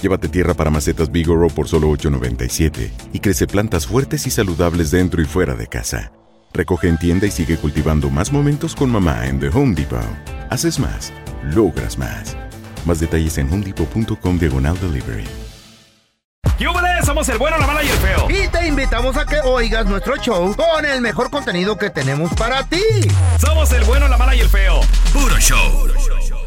Llévate tierra para macetas Bigoro por solo $8.97 y crece plantas fuertes y saludables dentro y fuera de casa. Recoge en tienda y sigue cultivando más momentos con mamá en The Home Depot. Haces más, logras más. Más detalles en homedepot.com diagonal delivery. ¿Qué hubo de? Somos el bueno, la mala y el feo. Y te invitamos a que oigas nuestro show con el mejor contenido que tenemos para ti. Somos el bueno, la mala y el feo. Puro show.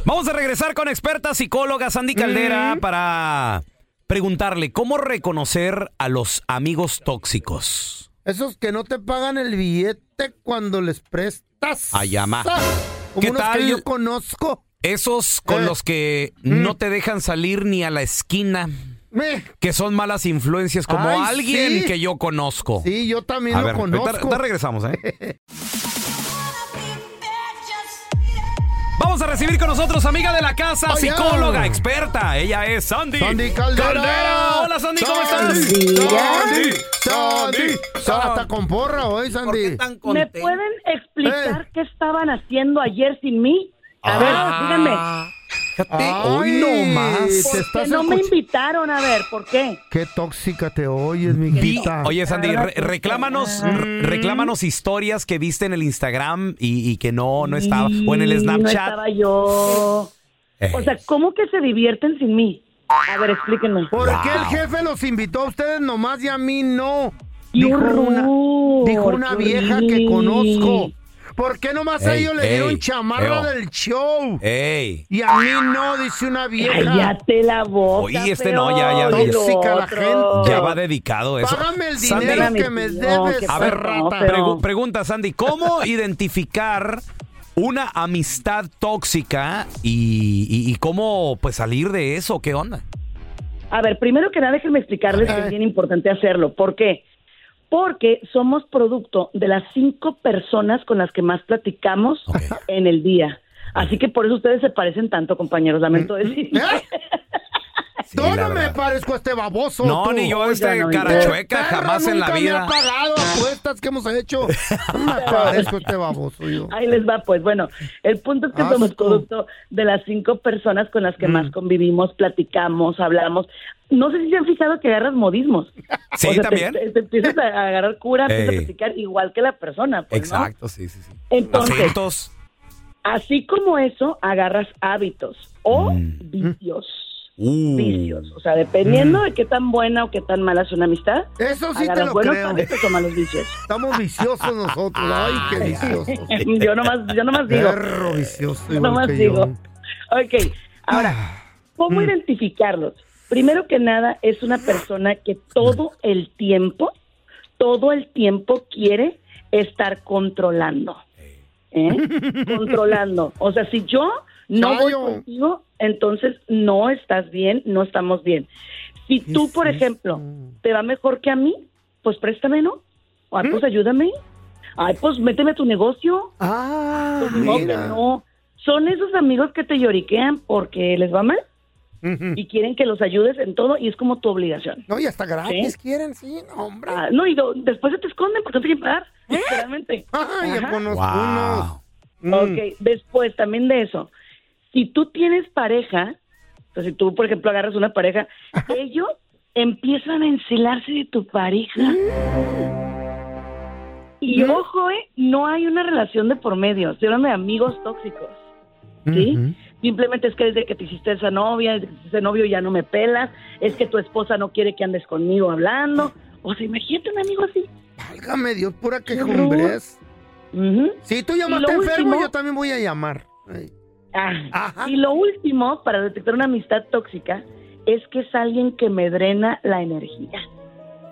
Vamos a regresar con experta psicóloga Sandy Caldera Mm. para preguntarle cómo reconocer a los amigos tóxicos. Esos que no te pagan el billete cuando les prestas. Ay, ama. Como ¿Qué unos tal? que yo conozco. Esos con Eh. Mm. los que no te dejan salir ni a la esquina, Meh. que son malas influencias como Ay, alguien sí. que yo conozco. Sí, yo también a lo ver, ahorita- conozco. ahorita regresamos, ¿eh? Vamos a recibir con nosotros amiga de la casa, Oh, yeah. psicóloga, experta. Ella es Sandy. Sandy Caldera. Hola, Sandy, ¿cómo estás? Sandy, Sandy, Sandy, Sandy. Hasta con porra hoy, Sandy. ¿Me pueden explicar Eh. qué estaban haciendo ayer sin mí? A ver, Ah. díganme. Fíjate, hoy no Ay, más. te Que estás no me escuch- invitaron, a ver, ¿por qué? Qué tóxica te oyes, Vi- mijita. oye, Sandy, re- reclámanos, re- reclámanos historias que viste en el Instagram y, y que no, no estaba. O en el Y Mm, No Snapchat. estaba yo. Eh, O sea, ¿cómo que se divierten sin mí? A ver, explíquenme. ¿Por qué Wow. el jefe los invitó a ustedes nomás y a mí no? Qué Dijo una, horror, dijo una qué vieja que horrible. conozco. ¿Por qué nomás a Ey, ellos ey, le dieron chamarra feo. del show? ey. Y a mí no, dice una vieja. Cállate la boca. Oye, este feo, no, ya, ya, del ya. Tóxica la otro. gente. Ya va dedicado eso. Págame el Sandy, dinero Sandy. que me No, debes, qué A ver, pasó, rata. feo. Pregu- pregunta, Sandy, ¿cómo identificar una amistad tóxica y, y- y cómo pues salir de eso? ¿Qué onda? A ver, primero que nada, déjenme explicarles que es bien importante hacerlo. ¿Por qué? Porque somos producto de las cinco personas con las que más platicamos Ok. en el día. Así que por eso ustedes se parecen tanto, compañeros. Lamento Mm. decir. ¿Eh? Sí, Yo la no me verdad. parezco a este baboso. No, tú. ni yo Oigan, este oigan. carachueca, Perra, jamás en la nunca vida. me ha pagado apuestas que hemos hecho. No me parezco a este baboso yo. Ahí les va, pues. Bueno, el punto es Ah, que somos Asco. producto de las cinco personas con las que Mm. más convivimos, platicamos, hablamos. No sé si se han fijado que agarras modismos. Sí, O sea, te- también. Te, te empiezas a agarrar cura, Ey. empiezas a platicar igual que la persona. pues, ¿no? Exacto, sí, sí, sí. Entonces, Acentos. Así como eso, agarras hábitos o Mm. vicios. Mm. Uh. Vicios. O sea, dependiendo de qué tan buena o qué tan mala es una amistad, Eso Mm. sí te agarras lo buenos creo. hábitos o malos vicios. Estamos viciosos nosotros. Ay, qué viciosos. yo nomás, yo nomás digo. Perro vicioso. Yo igual nomás que digo. yo. Ok, ahora, Mm. ¿cómo identificarlos? Primero que nada, es una persona que todo el tiempo, todo el tiempo quiere estar controlando. ¿eh? controlando. O sea, si yo no voy Chayo. contigo, entonces no estás bien, no estamos bien. Si ¿Qué tú, es por eso? ejemplo, te va mejor que a mí, pues préstame, ¿no? Ay, ¿Mm? pues ayúdame. Ay, pues méteme a tu negocio. Ah, Pues no, mira. no. Son esos amigos que te lloriquean porque les va mal Ujú. y quieren que los ayudes en todo y es como tu obligación. No, y hasta gratis ¿Sí? quieren, sí, no, hombre. Ah, no, y do- después se te esconden porque no te quieren pagar, literalmente. ¿Eh? Ay, Ah, Ajá. yo conozco Wow. unos. Mm. Ok, después también de eso, si tú tienes pareja, o sea, si tú, por ejemplo, agarras una pareja, ellos empiezan a encelarse de tu pareja. Mm. Y ojo, eh, no hay una relación de por medio, estoy hablando de amigos tóxicos. ¿sí? Ujú. Simplemente es que desde que te hiciste esa novia, desde que te hiciste novio ya no me pelas, es que tu esposa no quiere que andes conmigo hablando. O sea, imagínate un amigo así. Válgame Dios, pura quejumbres. Ujú. Si tú llamaste lo enfermo, último- yo también voy a llamar. Ay. Ah, Ajá. Y lo último, para detectar una amistad tóxica, es que es alguien que me drena la energía.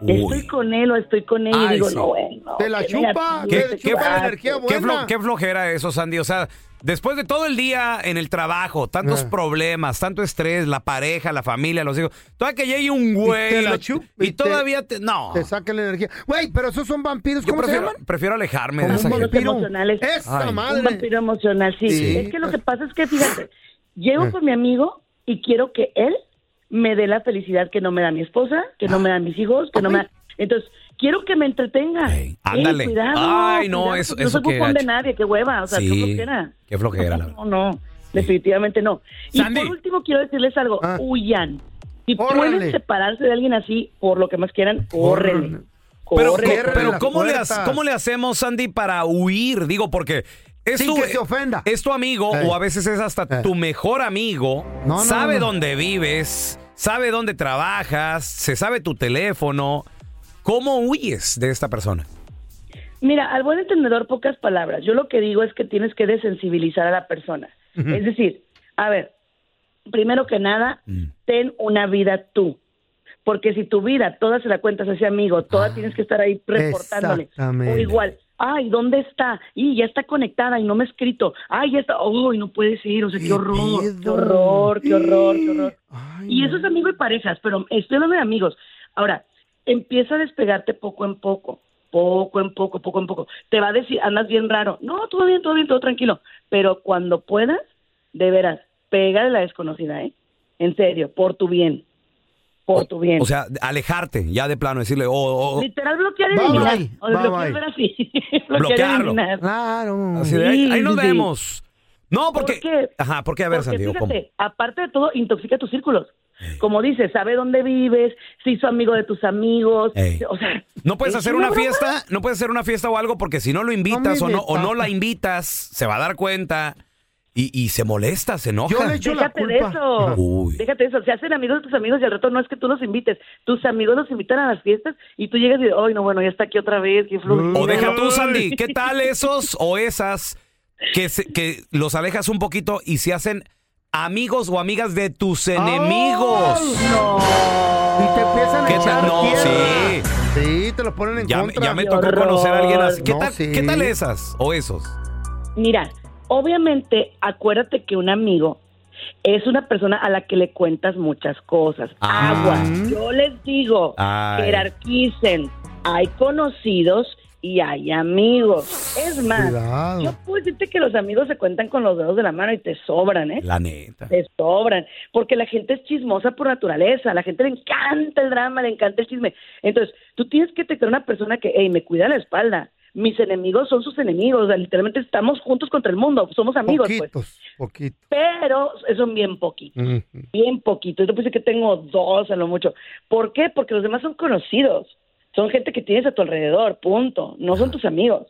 Uh, Estoy Uy. con él o estoy con ella y Ay, digo, sí. no, bueno. Te la qué chupa, negativo, ¿Qué- te qué chupa. buena energía, Qué, flo- buena. qué flojera eso, Sandy. O sea, después de todo el día en el trabajo, tantos Ah. problemas, tanto estrés, la pareja, la familia, los hijos, todavía que llegue un güey te la lo- chup- y y te- todavía te... No, Te saca la energía. Güey, pero esos son vampiros, yo ¿cómo prefiero, se llaman? prefiero alejarme de Como esa un Los gente. vampiro. emocionales. Esa Ay. Un madre. vampiro emocional, sí. Sí. Es que lo que pasa es que, fíjate, llego con mi amigo y quiero que él me dé la felicidad que no me da mi esposa, que no me dan mis hijos, que no me da... Entonces, quiero que me entretenga. Ey, Ey, ándale. cuidado, Ay, no, cuidado, eso- No eso soy qué bufón de gacho. nadie, qué hueva. O sea, Sí, qué flojera. qué flojera, la No, no, definitivamente no. Y Sandy. por último, quiero decirles algo. Ah. Huyan. Si Órale. pueden separarse de alguien así, por lo que más quieran, córrenle. Pero, Córrenle. Cierren pero las ¿cómo, le hace- puertas. cómo le hacemos, Sandy, para huir? Digo, porque es Sin tu, que se ofenda. es tu amigo Eh. o a veces es hasta Eh. tu mejor amigo. No, no, sabe no, no. dónde vives, sabe dónde trabajas, se sabe tu teléfono. ¿Cómo huyes de esta persona? Mira, al buen entendedor, pocas palabras. Yo lo que digo es que tienes que desensibilizar a la persona. Es decir, a ver, primero que nada, Mm. ten una vida tú. Porque si tu vida, toda se la cuentas a ese amigo, toda tienes que estar ahí reportándole. O Ah. exactamente. igual, ay, ¿dónde está? Y ya está conectada y no me ha escrito. Ay, ya está. Uy, no puedes ir. O sea, qué, ¿Qué horror, qué pedo? horror, qué horror, qué horror. Ay, Y eso es amigo y parejas, pero estoy hablando de amigos. Ahora, empieza a despegarte poco en poco, poco en poco, poco en poco. Te va a decir, andas bien raro. No, todo bien, todo bien, todo tranquilo. Pero cuando puedas, de veras, pégale la desconocida, ¿eh? En serio, por tu bien. Por tu bien. O sea, alejarte ya de plano, decirle, oh, oh, oh, Literal bloquear y Bye, eliminar. bye, O sea, bye, bloquear, bye. pero así. bloquear y Bloquearlo. eliminar. Claro. así de, ahí, ahí nos Sí, sí, sí. vemos. No, porque... qué? Ajá, porque a ver, Porque Sandy, ¿o ¿cómo? fíjate, aparte de todo, intoxica tus círculos. Como dices, sabe dónde vives, se hizo amigo de tus amigos. Ey. O sea, No puedes ¿es hacer una broma? fiesta, no puedes hacer una fiesta o algo porque si no lo invitas No o, me no, o no metas. la invitas, se va a dar cuenta y, y se molesta, se enoja. Yo le echo la Déjate de culpa. eso. Uy. Déjate de eso. Se hacen amigos de tus amigos y al rato no es que tú los invites. Tus amigos los invitan a las fiestas y tú llegas y ay, no, bueno, ya está aquí otra vez. Qué flojera". O deja tú, Sandy, ¿qué tal esos o esas que, se- que los alejas un poquito y se hacen amigos o amigas de tus enemigos? No. Y te empiezan a ¿Qué echar tal? No, tierra. sí. Sí, te lo ponen en Ya, me- contra. ya me Qué tocó conocer a alguien así. ¿Qué, No, tal, sí. qué tal esas o esos? Mira, obviamente, acuérdate que un amigo es una persona a la que le cuentas muchas cosas. Ah. Agua. Yo les digo, Ay. jerarquicen. Hay conocidos y hay amigos. Es más, Cuidado. yo puedo decirte que los amigos se cuentan con los dedos de la mano y te sobran, ¿eh? La neta. Te sobran, porque la gente es chismosa por naturaleza, a la gente le encanta el drama, le encanta el chisme. Entonces, tú tienes que detectar una persona que, hey, me cuida la espalda, mis enemigos son sus enemigos, o sea, literalmente estamos juntos contra el mundo, somos amigos, poquitos, pues. poquitos. Pero son bien poquitos, Ujú. bien poquitos. Yo pensé que tengo dos a lo mucho. ¿Por qué? Porque los demás son conocidos, son gente que tienes a tu alrededor, punto, no son tus amigos.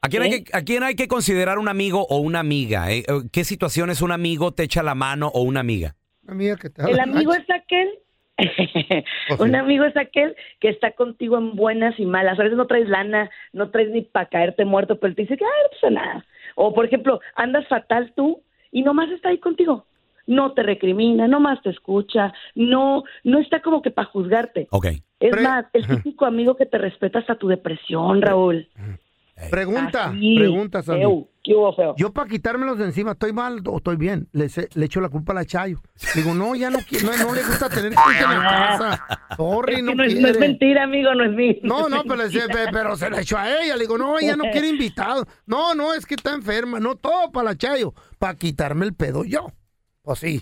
¿A quién, hay ¿Eh? ¿Sí? que, ¿A quién hay que considerar un amigo o una amiga? eh? ¿Qué situaciones un amigo te echa la mano o una amiga? Amiga, que te El habla- amigo Ay, es aquel. Pues un sí. amigo es aquel que está contigo en buenas y malas. A veces no traes lana, no traes ni para caerte muerto, pero él te dice que "Ah, no pasa nada. O, por ejemplo, andas fatal tú y nomás está ahí contigo. No te recrimina, nomás te escucha, no no está como que para juzgarte. Ok. Es Pre- más, el típico amigo que te respeta hasta tu depresión, Raúl. Pregunta, Así. pregunta, Sandy. Feo. ¿Qué hubo, feo? Yo para quitármelos de encima, ¿estoy mal o estoy bien? Le, se- le echo la culpa a la Chayo. Digo, no, ya no quiero, no, no le gusta tener gente en la casa. Sorry, Es que no, no, es, quiere. no es mentira, amigo, no es mío. No, no, pero, se- pe- pero se la echó a ella. Le digo, no, ella no quiere invitado. No, no, es que está enferma. No, todo para la Chayo. Para quitarme el pedo yo. Pues sí.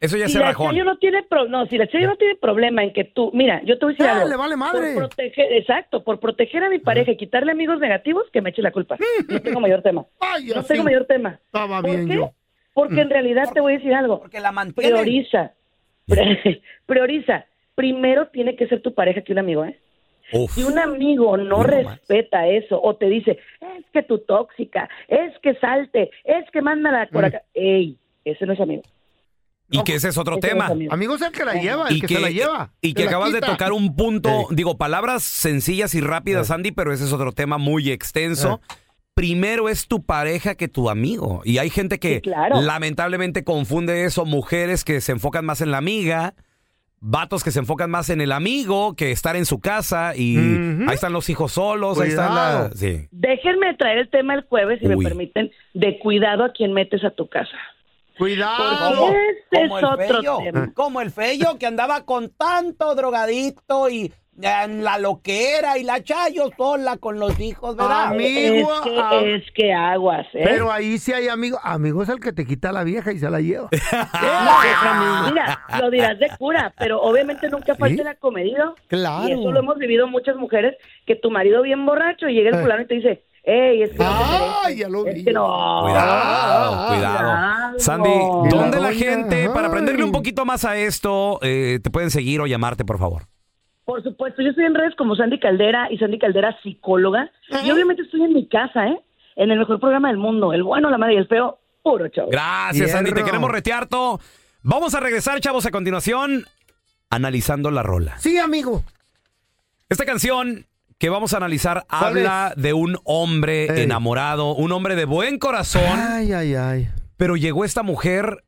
Eso ya si se la rajón. Chayo no tiene pro- no, si la Chayo no tiene problema en que tú, mira, yo te voy a decir Ah, algo. le vale madre. Por proteger, exacto, por proteger a mi pareja y quitarle amigos negativos, que me eche la culpa. No tengo mayor tema. Ay, No así tengo mayor tema. Estaba ¿Por bien qué? yo. Mm. Porque en realidad te voy a decir algo. Porque la mantienen. Prioriza. Prioriza. Primero tiene que ser tu pareja que un amigo, ¿eh? Uf. Si un amigo no Uy, no más. respeta eso o Mm. te dice, es que tú tóxica, es que salte, es que mándala por acá, ey, Ese no es amigo. Y que ese es otro Ese no tema. es amigo. Amigo es el que la lleva, el y que, se la lleva. y que se la acabas de quita. tocar un punto, digo, palabras sencillas y rápidas, Andy, pero ese es otro tema muy extenso. Primero es tu pareja que tu amigo. Y hay gente que Sí, claro. lamentablemente confunde eso, mujeres que se enfocan más en la amiga, vatos que se enfocan más en el amigo que estar en su casa y Ujú. ahí están los hijos solos, ahí Cuidado. están la... Sí. Déjenme traer el tema el jueves, si Uy. me permiten, de cuidado a quien metes a tu casa. Cuidado. ¿Cómo? Ese es otro tema. Ah. como el fello que andaba con tanto drogadicto y eh, la loquera y la chayo sola con los hijos, Amigo. es, que, ah, es que aguas, ¿eh? Pero ahí sí hay amigo. Amigo es el que te quita la vieja y se la lleva. ¿Eh? No, mira, lo dirás de cura, pero obviamente nunca falta el acomedido. Claro. Y eso lo hemos vivido muchas mujeres, que tu marido bien borracho y llega el Eh. fulano y te dice, ¡Ey, es que no te Ah, mereces, ya lo es vi. que no. Ah, ah, Cuidado, cuidado. cuidado. Sandy, Y la ¿dónde la doña, gente, para ay. aprenderle un poquito más a esto, eh, te pueden seguir o llamarte, por favor? Por supuesto, yo estoy en redes como Sandy Caldera y Sandy Caldera psicóloga. Y obviamente estoy en mi casa, ¿eh? En el mejor programa del mundo, el bueno, la madre y el feo, puro chavo. Gracias, Sandy. Te Hierro. queremos retear todo. Vamos a regresar, chavos, a continuación, analizando la rola. Sí, amigo. Esta canción que vamos a analizar ¿Cuál habla de un hombre Ey. Ah. enamorado, un hombre de buen corazón, Ay, ay, ay. pero llegó esta mujer.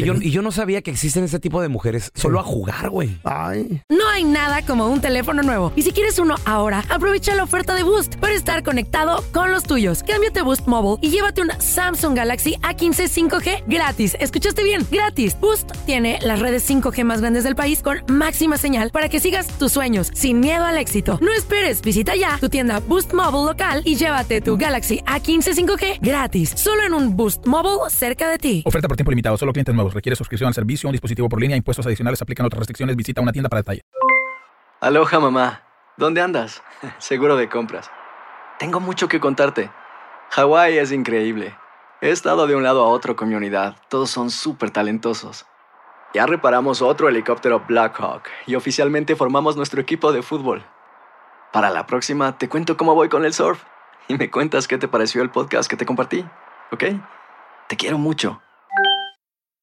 Y le- yo, y yo no sabía que existen ese tipo de mujeres solo a jugar, güey. Ay. No hay nada como un teléfono nuevo. Y si quieres uno ahora, aprovecha la oferta de Boost para estar conectado con los tuyos. Cámbiate a Boost Mobile y llévate un Samsung Galaxy A15 5G gratis. ¿Escuchaste bien? Gratis. Boost tiene las redes 5G más grandes del país con máxima señal para que sigas tus sueños sin miedo al éxito. No esperes, visita ya tu tienda Boost Mobile local y llévate tu Galaxy A15 5G gratis. Solo en un Boost Mobile cerca de ti. Oferta por tiempo limitado, solo clientes nuevos. Requiere suscripción al servicio, un dispositivo por línea, impuestos adicionales, aplican otras restricciones. Visita una tienda para detalle. Aloha mamá, ¿dónde andas? Seguro de compras. Tengo mucho que contarte. Hawái es increíble. He estado de un lado a otro con mi unidad. Todos son súper talentosos. Ya reparamos otro helicóptero Blackhawk y oficialmente formamos nuestro equipo de fútbol. Para la próxima te cuento cómo voy con el surf y me cuentas qué te pareció el podcast que te compartí, ¿ok? Te quiero mucho.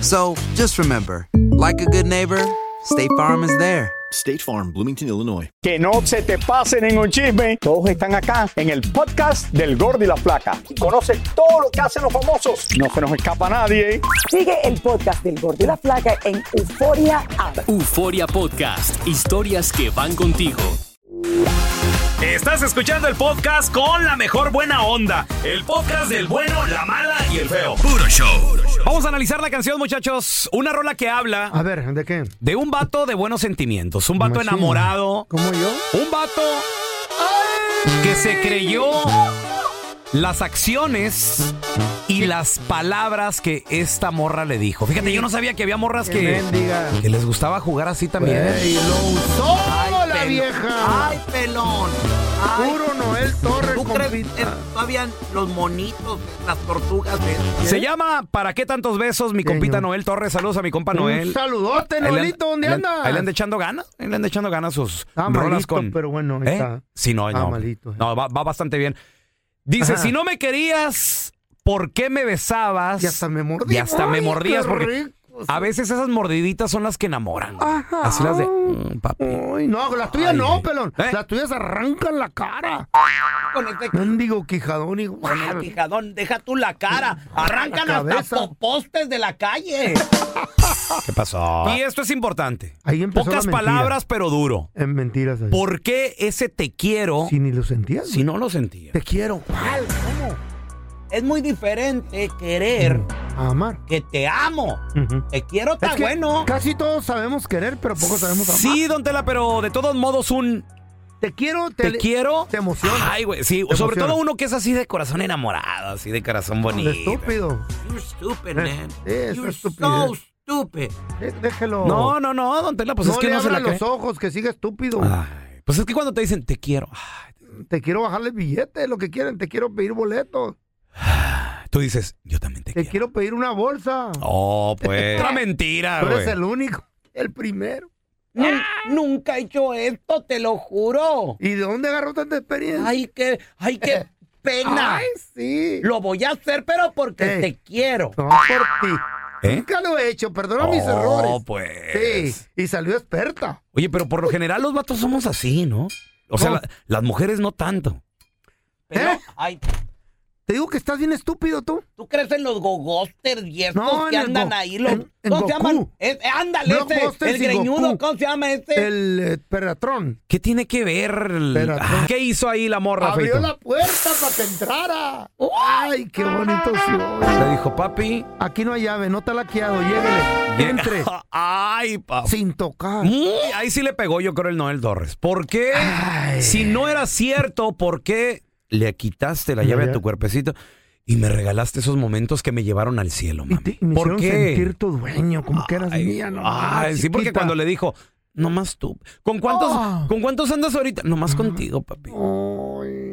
So just remember, like a good neighbor, State Farm is there. State Farm, Bloomington, Illinois. Que no se te pasen en un chisme. Todos están acá en el podcast del Gordi y la Flaca. Conoce todo lo que hacen los famosos. No se nos escapa nadie. Sigue el podcast del Gordo y la Flaca en Euforia Euforia Podcast, historias que van contigo. Estás escuchando el podcast con la mejor buena onda. El podcast del bueno, la mala y el feo. Puro show. Vamos a analizar la canción, muchachos. Una rola que habla A ver, ¿de qué? de un vato de buenos sentimientos, un vato Machín. enamorado, ¿Cómo yo? un vato que se creyó las acciones y las palabras que esta morra le dijo. Fíjate, yo no sabía que había morras Que que, mendiga. que les gustaba jugar así también. ¿eh? Ey, lo usó la vieja. pelón! Puro Noel Torres. compita. todavía los monitos, las tortugas? Se llama ¿Para qué tantos besos? Mi Señor. compita Noel Torres. Saludos a mi compa Un Ah, Noel. saludote, Ahí le han- Noelito, ¿dónde ahí le han- andas? Ahí le han echando ganas, ahí le han echando ganas sus Está rolas malito, con. pero bueno, ahí ¿Eh? está. Sí, no, Está no. malito, eh. No, va, va bastante bien. Dice, Ajá. si no me querías, ¿por qué me besabas? Y hasta me mordí. Y hasta me Ay, mordías qué porque rico. a veces esas mordiditas son las que enamoran. Ajá. Así las de, "Mm, papi. Ay, no, las tuyas Ay, no, ay. pelón. ¿Eh? Las tuyas arrancan la cara. Con este Mendigo Ah, quijadón, hijo. Ah, Quijadón, deja tú la cara. Arrancan La hasta cabeza. po- postes de la calle. ¿Qué pasó? Y esto es importante. Ahí empezó Pocas la mentira. palabras, pero duro. En mentiras. ahí. ¿Por qué ese te quiero Si ni lo sentías. si no lo sentía? Te quiero. ¿Cuál? ¿Cómo? Es muy diferente querer A amar. que te amo. Ujú. Te quiero, Ah, Es que Casi todos sabemos querer, pero pocos sabemos amar. Sí, don Tela, pero de todos modos un Te quiero, Te quiero. Te emociona. Ay, güey, sí. Te Sobre emociona. todo uno que es así de corazón enamorado, así de corazón bonito. Ah, Estúpido. You're Eh, stupid, man. You're so stupid. Eh, Déjelo. No, no, no, don Tela, pues es que Oh. le no se la abra los cree. ojos, que sigue estúpido. Pues es que cuando te dicen te quiero, Te quiero bajarle billetes, lo que quieren, te quiero pedir boletos, tú dices, yo también. te, quiero pedir una bolsa. Oh, pues. Otra mentira, Tú eres güey. el único, el primero. Nunca he hecho esto, te lo juro. ¿Y de dónde agarró tanta experiencia? Ay, qué, ay, qué pena. Ay, sí. Lo voy a hacer, pero porque Eh. te quiero. No, por ti. ¿Eh? Nunca lo he hecho, perdona mis Oh, errores. pues. Sí, y salió experta. Oye, pero por lo general los vatos somos así, ¿no? O sea, la- las mujeres no tanto. ¿Eh? Te digo que estás bien estúpido tú. ¿Tú crees en los gogosters y estos No, que en el andan go- ahí? Los, en- en ¿Cómo se Goku. llaman? Es- eh, ándale, ese, Blockbusters el y greñudo, Goku. ¿cómo se llama ese? El eh, perratrón. ¿Qué tiene que ver? el- Ah, ¿Qué hizo ahí la morra, Abrió Feito? la puerta para que entrara. Ay, qué bonito sí. Le dijo, papi. Aquí no hay llave, no está laqueado, llévele. Llega- Entre. Ay, papá. Sin tocar. Mm, ahí sí le pegó, yo creo, el Noel Torres. ¿Por qué? Si no era cierto, ¿por qué le quitaste la llave a tu cuerpecito y me regalaste esos momentos que me llevaron al cielo, mami? Me ¿Por hicieron qué? sentir tu dueño, como que eras Ay, mía, no. ay, sí, porque chiquita. Oh. cuando le dijo, nomás tú. ¿Con cuántos, ¿con cuántos andas ahorita? Nomás contigo, papi.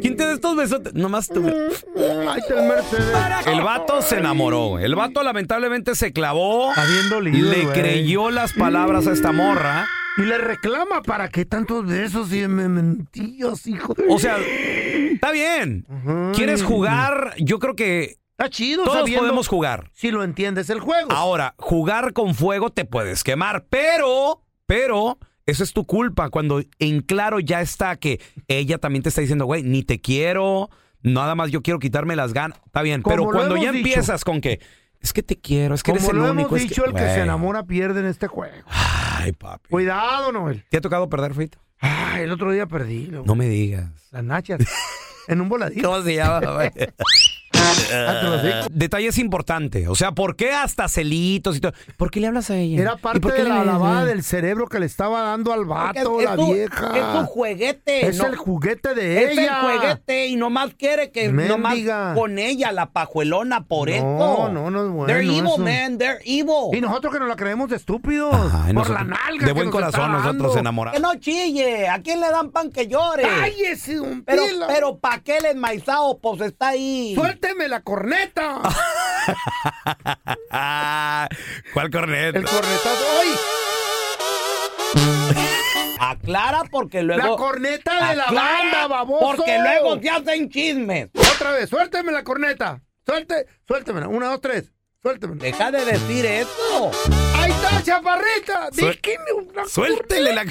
¿Quién te da estos besotes? Nomás tú. Mm. Ay, te Mercedes. El vato se enamoró. El vato lamentablemente se clavó. dolido, le güey. creyó las palabras a esta morra. Y le reclama para que tantos besos y me mentíos, hijo de. O sea, está bien. ¿Quieres jugar? Yo creo que Está chido, todos sabiendo podemos jugar. Si lo entiendes el juego. Ahora, jugar con fuego te puedes quemar, pero, pero, eso es tu culpa cuando en claro ya está que ella también te está diciendo, güey, ni te quiero, nada más yo quiero quitarme las ganas. Está bien, Como pero lo cuando hemos ya dicho. empiezas con que es que te quiero, es que Como eres el lo único. hemos es dicho, el que se güey. enamora pierde en este juego. Ay, papi. Cuidado, Noel. ¿Te ha tocado perder, Feito? Ay, el otro día perdí. loco. No me digas. Las nachas. en un voladito. Ah, ¿Cómo se llama? güey? Detalle es importante. O sea, ¿por qué hasta celitos y todo? ¿Por qué le hablas a ella? Era ¿Y parte por qué de le- Ah, la lavada del cerebro que le estaba dando al vato, Porque es la tu- vieja. Es tu juguete. Es no- el juguete de Es el ella. juguete y nomás quiere que nomás Mendiga. con ella, la pajuelona, por No, esto. no, no es bueno They're evil, eso. man, they're evil. Y nosotros que nos la creemos de estúpidos. por Ay, nosotros- la nalga. De que buen nos está corazón, nosotros dando. Que enamorados. no chille, ¿a quién le dan pan que llore? ¡Cállese, don Pero, Pila! pero ¿pa' qué el enmaizado? Pues está ahí. ¡Suélteme la corneta! Ah, ¿Cuál cornet? El cornetazo. ¡Ay! Aclara porque luego... ¡La corneta de la Aclara, banda, baboso! Porque luego se hacen chismes. Otra vez, suélteme la corneta. Suelte, suéltemela. Una, dos, tres. Suéltemela. Deja de decir eso. ¡Ahí está, chaparrita! Suel- ¡Dígame una Suéltele la.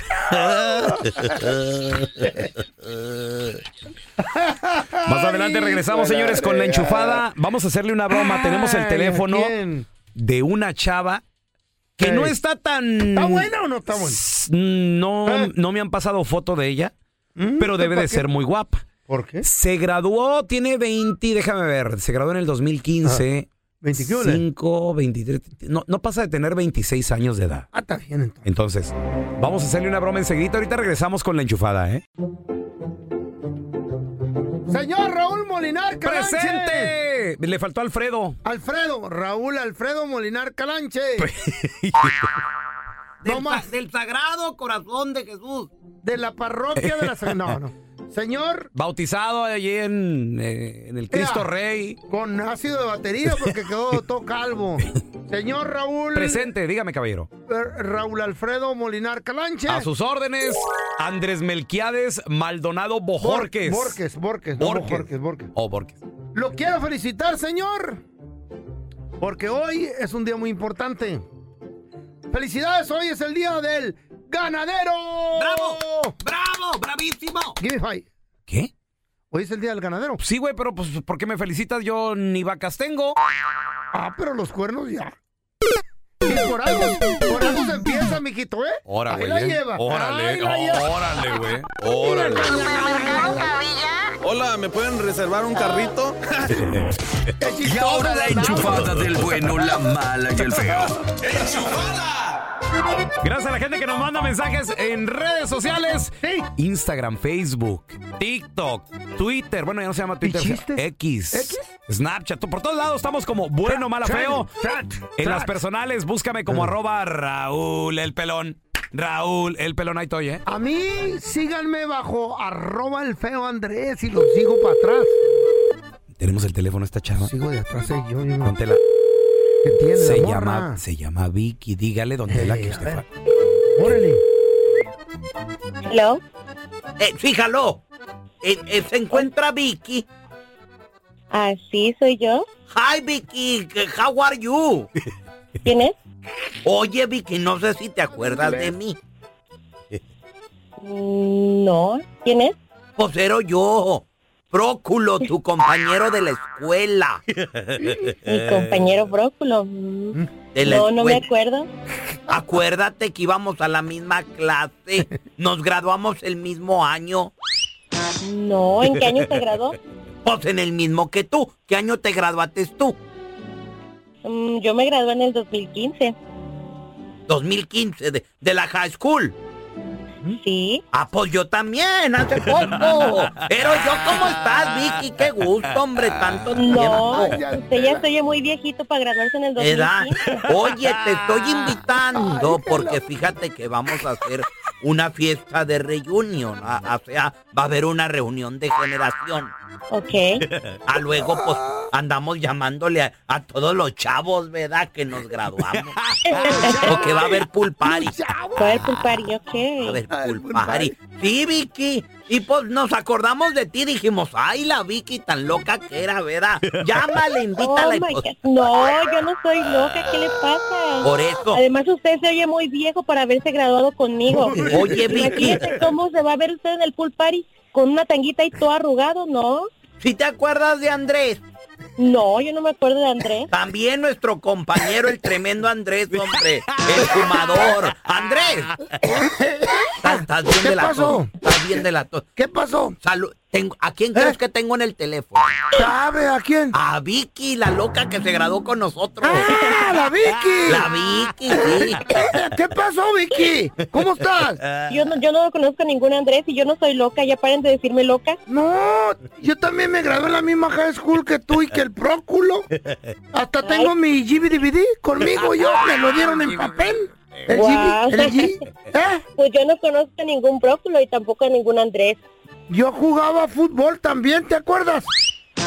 Más adelante regresamos, Hijo de la señores, con la fregada. enchufada. Vamos a hacerle una broma. Tenemos Ay, el ¿a teléfono quién? Oh. de una chava que Ey. no está tan. ¿Está buena o no está buena? Eh. S- No, no me han pasado foto de ella, pero debe Mm, ¿pa' de qué? ser muy guapa. ¿Por qué? Se graduó, tiene 20, déjame ver, se graduó en el Ah. 2015. 20, ¿qué ole? 5, 23, no, no pasa de tener 26 años de edad. Ah, está bien entonces. Entonces, vamos a hacerle una broma enseguida. Ahorita regresamos con la enchufada, ¿eh? Señor Raúl Molinar Calanche. ¡Presente! Le faltó Alfredo. Alfredo, Raúl Alfredo Molinar Calanche. Del, No más. sa- del sagrado corazón de Jesús. De la parroquia de la... No, no. Señor, Bautizado allí en, eh, en el Cristo Mira. Rey. con ácido de batería porque quedó todo calvo. Señor Raúl... Presente, dígame, caballero. eh, Raúl Alfredo Molinar Calanche. Ah, A sus órdenes, Andrés Melquiades Maldonado Bojorques. Borques, Borques, no, Borges. Borges, Borges. Oh, Borges. Lo quiero felicitar, señor. Porque hoy es un día muy importante. Felicidades, hoy es el día del ganadero. ¡Bravo! ¡Bravo! ¡Bravísimo! Give me five. ¿Qué? Hoy es el día del ganadero. Sí, güey, pero pues, ¿por qué me felicitas? Yo ni vacas tengo. Ah, pero los cuernos ya. Y por algo, por algo se empieza, mijito, ¿eh? Órale, Ahí güey. la eh. lleva. Ahí Órale, la lleva. órale, güey. Órale. Hola, ¿me pueden reservar un carrito? Qué chistoso, Y ahora la ¿verdad? enchufada del bueno, la mala y el feo. Gracias a la gente que nos manda mensajes en redes sociales. Instagram, Facebook, TikTok, Twitter. Bueno, ya no se llama Twitter, se llama X, Snapchat. Por todos lados estamos como bueno, mala, feo. En las personales, búscame como Ah. arroba Raúl el pelón. Raúl el pelón, ahí estoy, ¿eh? A mí síganme bajo arroba el feo Andrés y los sigo para atrás. Tenemos el teléfono de esta chava. Sigo de atrás eh, yo. yo. Póntela. ¿Qué tiene la Se morra? Eh, llama, se llama Vicky. Dígale dónde la que usted fue. Órale. Hello. Eh, fíjalo. Eh, eh, se encuentra Vicky. Ah, sí, soy yo. Hi, Vicky. que- How are you? ¿Quién es? Oye, Vicky, no sé si te acuerdas de mí. Mm, No. ¿Quién es? Pues era yo. Próculo, tu compañero de la escuela. Mi compañero Bróculo. Mm. De la No, no me escuela. acuerdo. Acuérdate que íbamos a la misma clase. Nos graduamos el mismo año. No, ¿en qué año se graduó? Pues en el mismo que tú. ¿Qué año te graduaste tú? Mm, yo me gradué en el 2015. 2015, de, de la high school. Sí. Ah, pues yo también, hace poco. Pero yo, ¿cómo estás, Vicky? Qué gusto, hombre, tanto No, tiempo. usted ya se oye muy viejito para graduarse en el Edad. 2015. Oye, te estoy invitando porque fíjate que vamos a hacer una fiesta de reunión. a- o sea, va a haber una reunión de generación. Ok. A luego, pues, andamos llamándole a, a todos los chavos, ¿verdad? Que nos graduamos. o que va a haber pool party. ¿Cuál culparía? A ver, Ok. culpari. Sí, Vicky. Y pues nos acordamos de ti, dijimos, ay, la Vicky tan loca que era, ¿verdad? Llámale, invítala. y Oh, my pues, God. No, yo no soy loca. ¿Qué le pasa? Por eso. Además, usted se oye muy viejo para haberse graduado conmigo. Oye, Vicky. Imagínate ¿Cómo se va a ver usted en el pool party con una tanguita y todo arrugado, no? ¿Sí te acuerdas de Andrés? No, yo no me acuerdo de Andrés. También nuestro compañero, el tremendo Andrés, hombre. El fumador. Andrés. Estás estás bien ¿Qué de la pasó? ¿Eh? tos. Estás bien de la tos. ¿Qué pasó? Salud. Tengo, ¿A quién crees que tengo en el teléfono? ¿Sabe a quién? A Vicky, la loca que se graduó con nosotros. ¡Ah, la Vicky! La Vicky, sí. ¿Qué pasó, Vicky? ¿Cómo estás? Yo no, yo no conozco a ningún Andrés y yo no soy loca. Ya paren de decirme loca. No, yo también me gradué en la misma high school que tú y que el próculo. Hasta tengo mi DVD conmigo yo, me lo dieron en papel. El Guau. GB, el G. ¿Eh? Pues yo no conozco a ningún bróculo y tampoco a ningún Andrés. Yo jugaba fútbol también, ¿te acuerdas?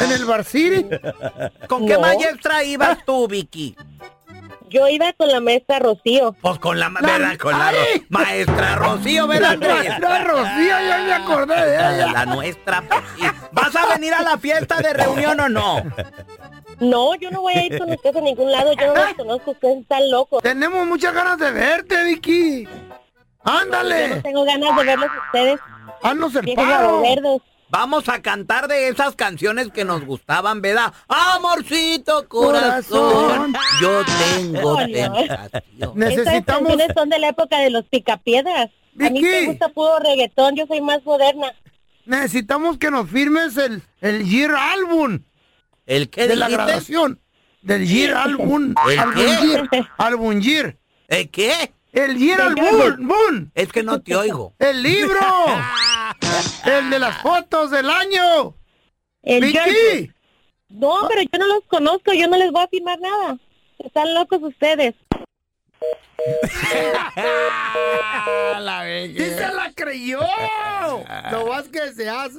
En el Bar City. ¿Con qué maestra ibas tú, Vicky? Yo iba con la maestra Rocío. Pues con la, ma- ¿verdad? Con la Ro- maestra Rocío, ¿verdad, Andrés? Maestra Rocío, ya me acordé de ella. La nuestra. pues, sí. ¿Vas a venir a la fiesta de reunión o no? No, yo no voy a ir con ustedes a ningún lado. Yo no los conozco. Ustedes están locos. Tenemos muchas ganas de verte, Vicky. Yo no Ándale, tengo ganas de verlos a ustedes. haznos el Viejos paro. verdes. Vamos a cantar de esas canciones que nos gustaban, ¿verdad? Amorcito corazón, Corazón. yo tengo Ay, no. tentación. Estas Necesitamos. canciones son de la época de los picapiedras. A mí Vicky. me gusta puro reggaetón, yo soy más moderna. Necesitamos que nos firmes el, el Year Album ¿El qué de la dijiste? graduación. Del Year Album. ¿El Album qué? Year. Album Year. ¿El qué? El Year Album. boom. Es que no te oigo. El libro. el de las fotos del año. El George- Vicky. No, pero yo no los conozco, yo no les voy a firmar nada. Están locos ustedes. Sí se la creyó. Lo más que se hace.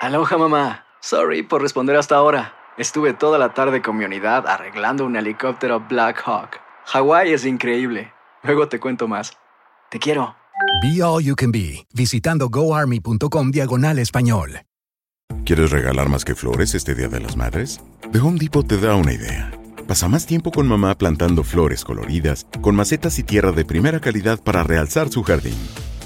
Aloha mamá. Sorry por responder hasta ahora. Estuve toda la tarde con mi unidad arreglando un helicóptero Black Hawk. Hawái es increíble. Luego te cuento más. Te quiero. Be All You Can Be, visitando goarmy.com diagonal español. ¿Quieres regalar más que flores este Día de las Madres? The Home Depot te da una idea. Pasa más tiempo con mamá plantando flores coloridas, con macetas y tierra de primera calidad para realzar su jardín.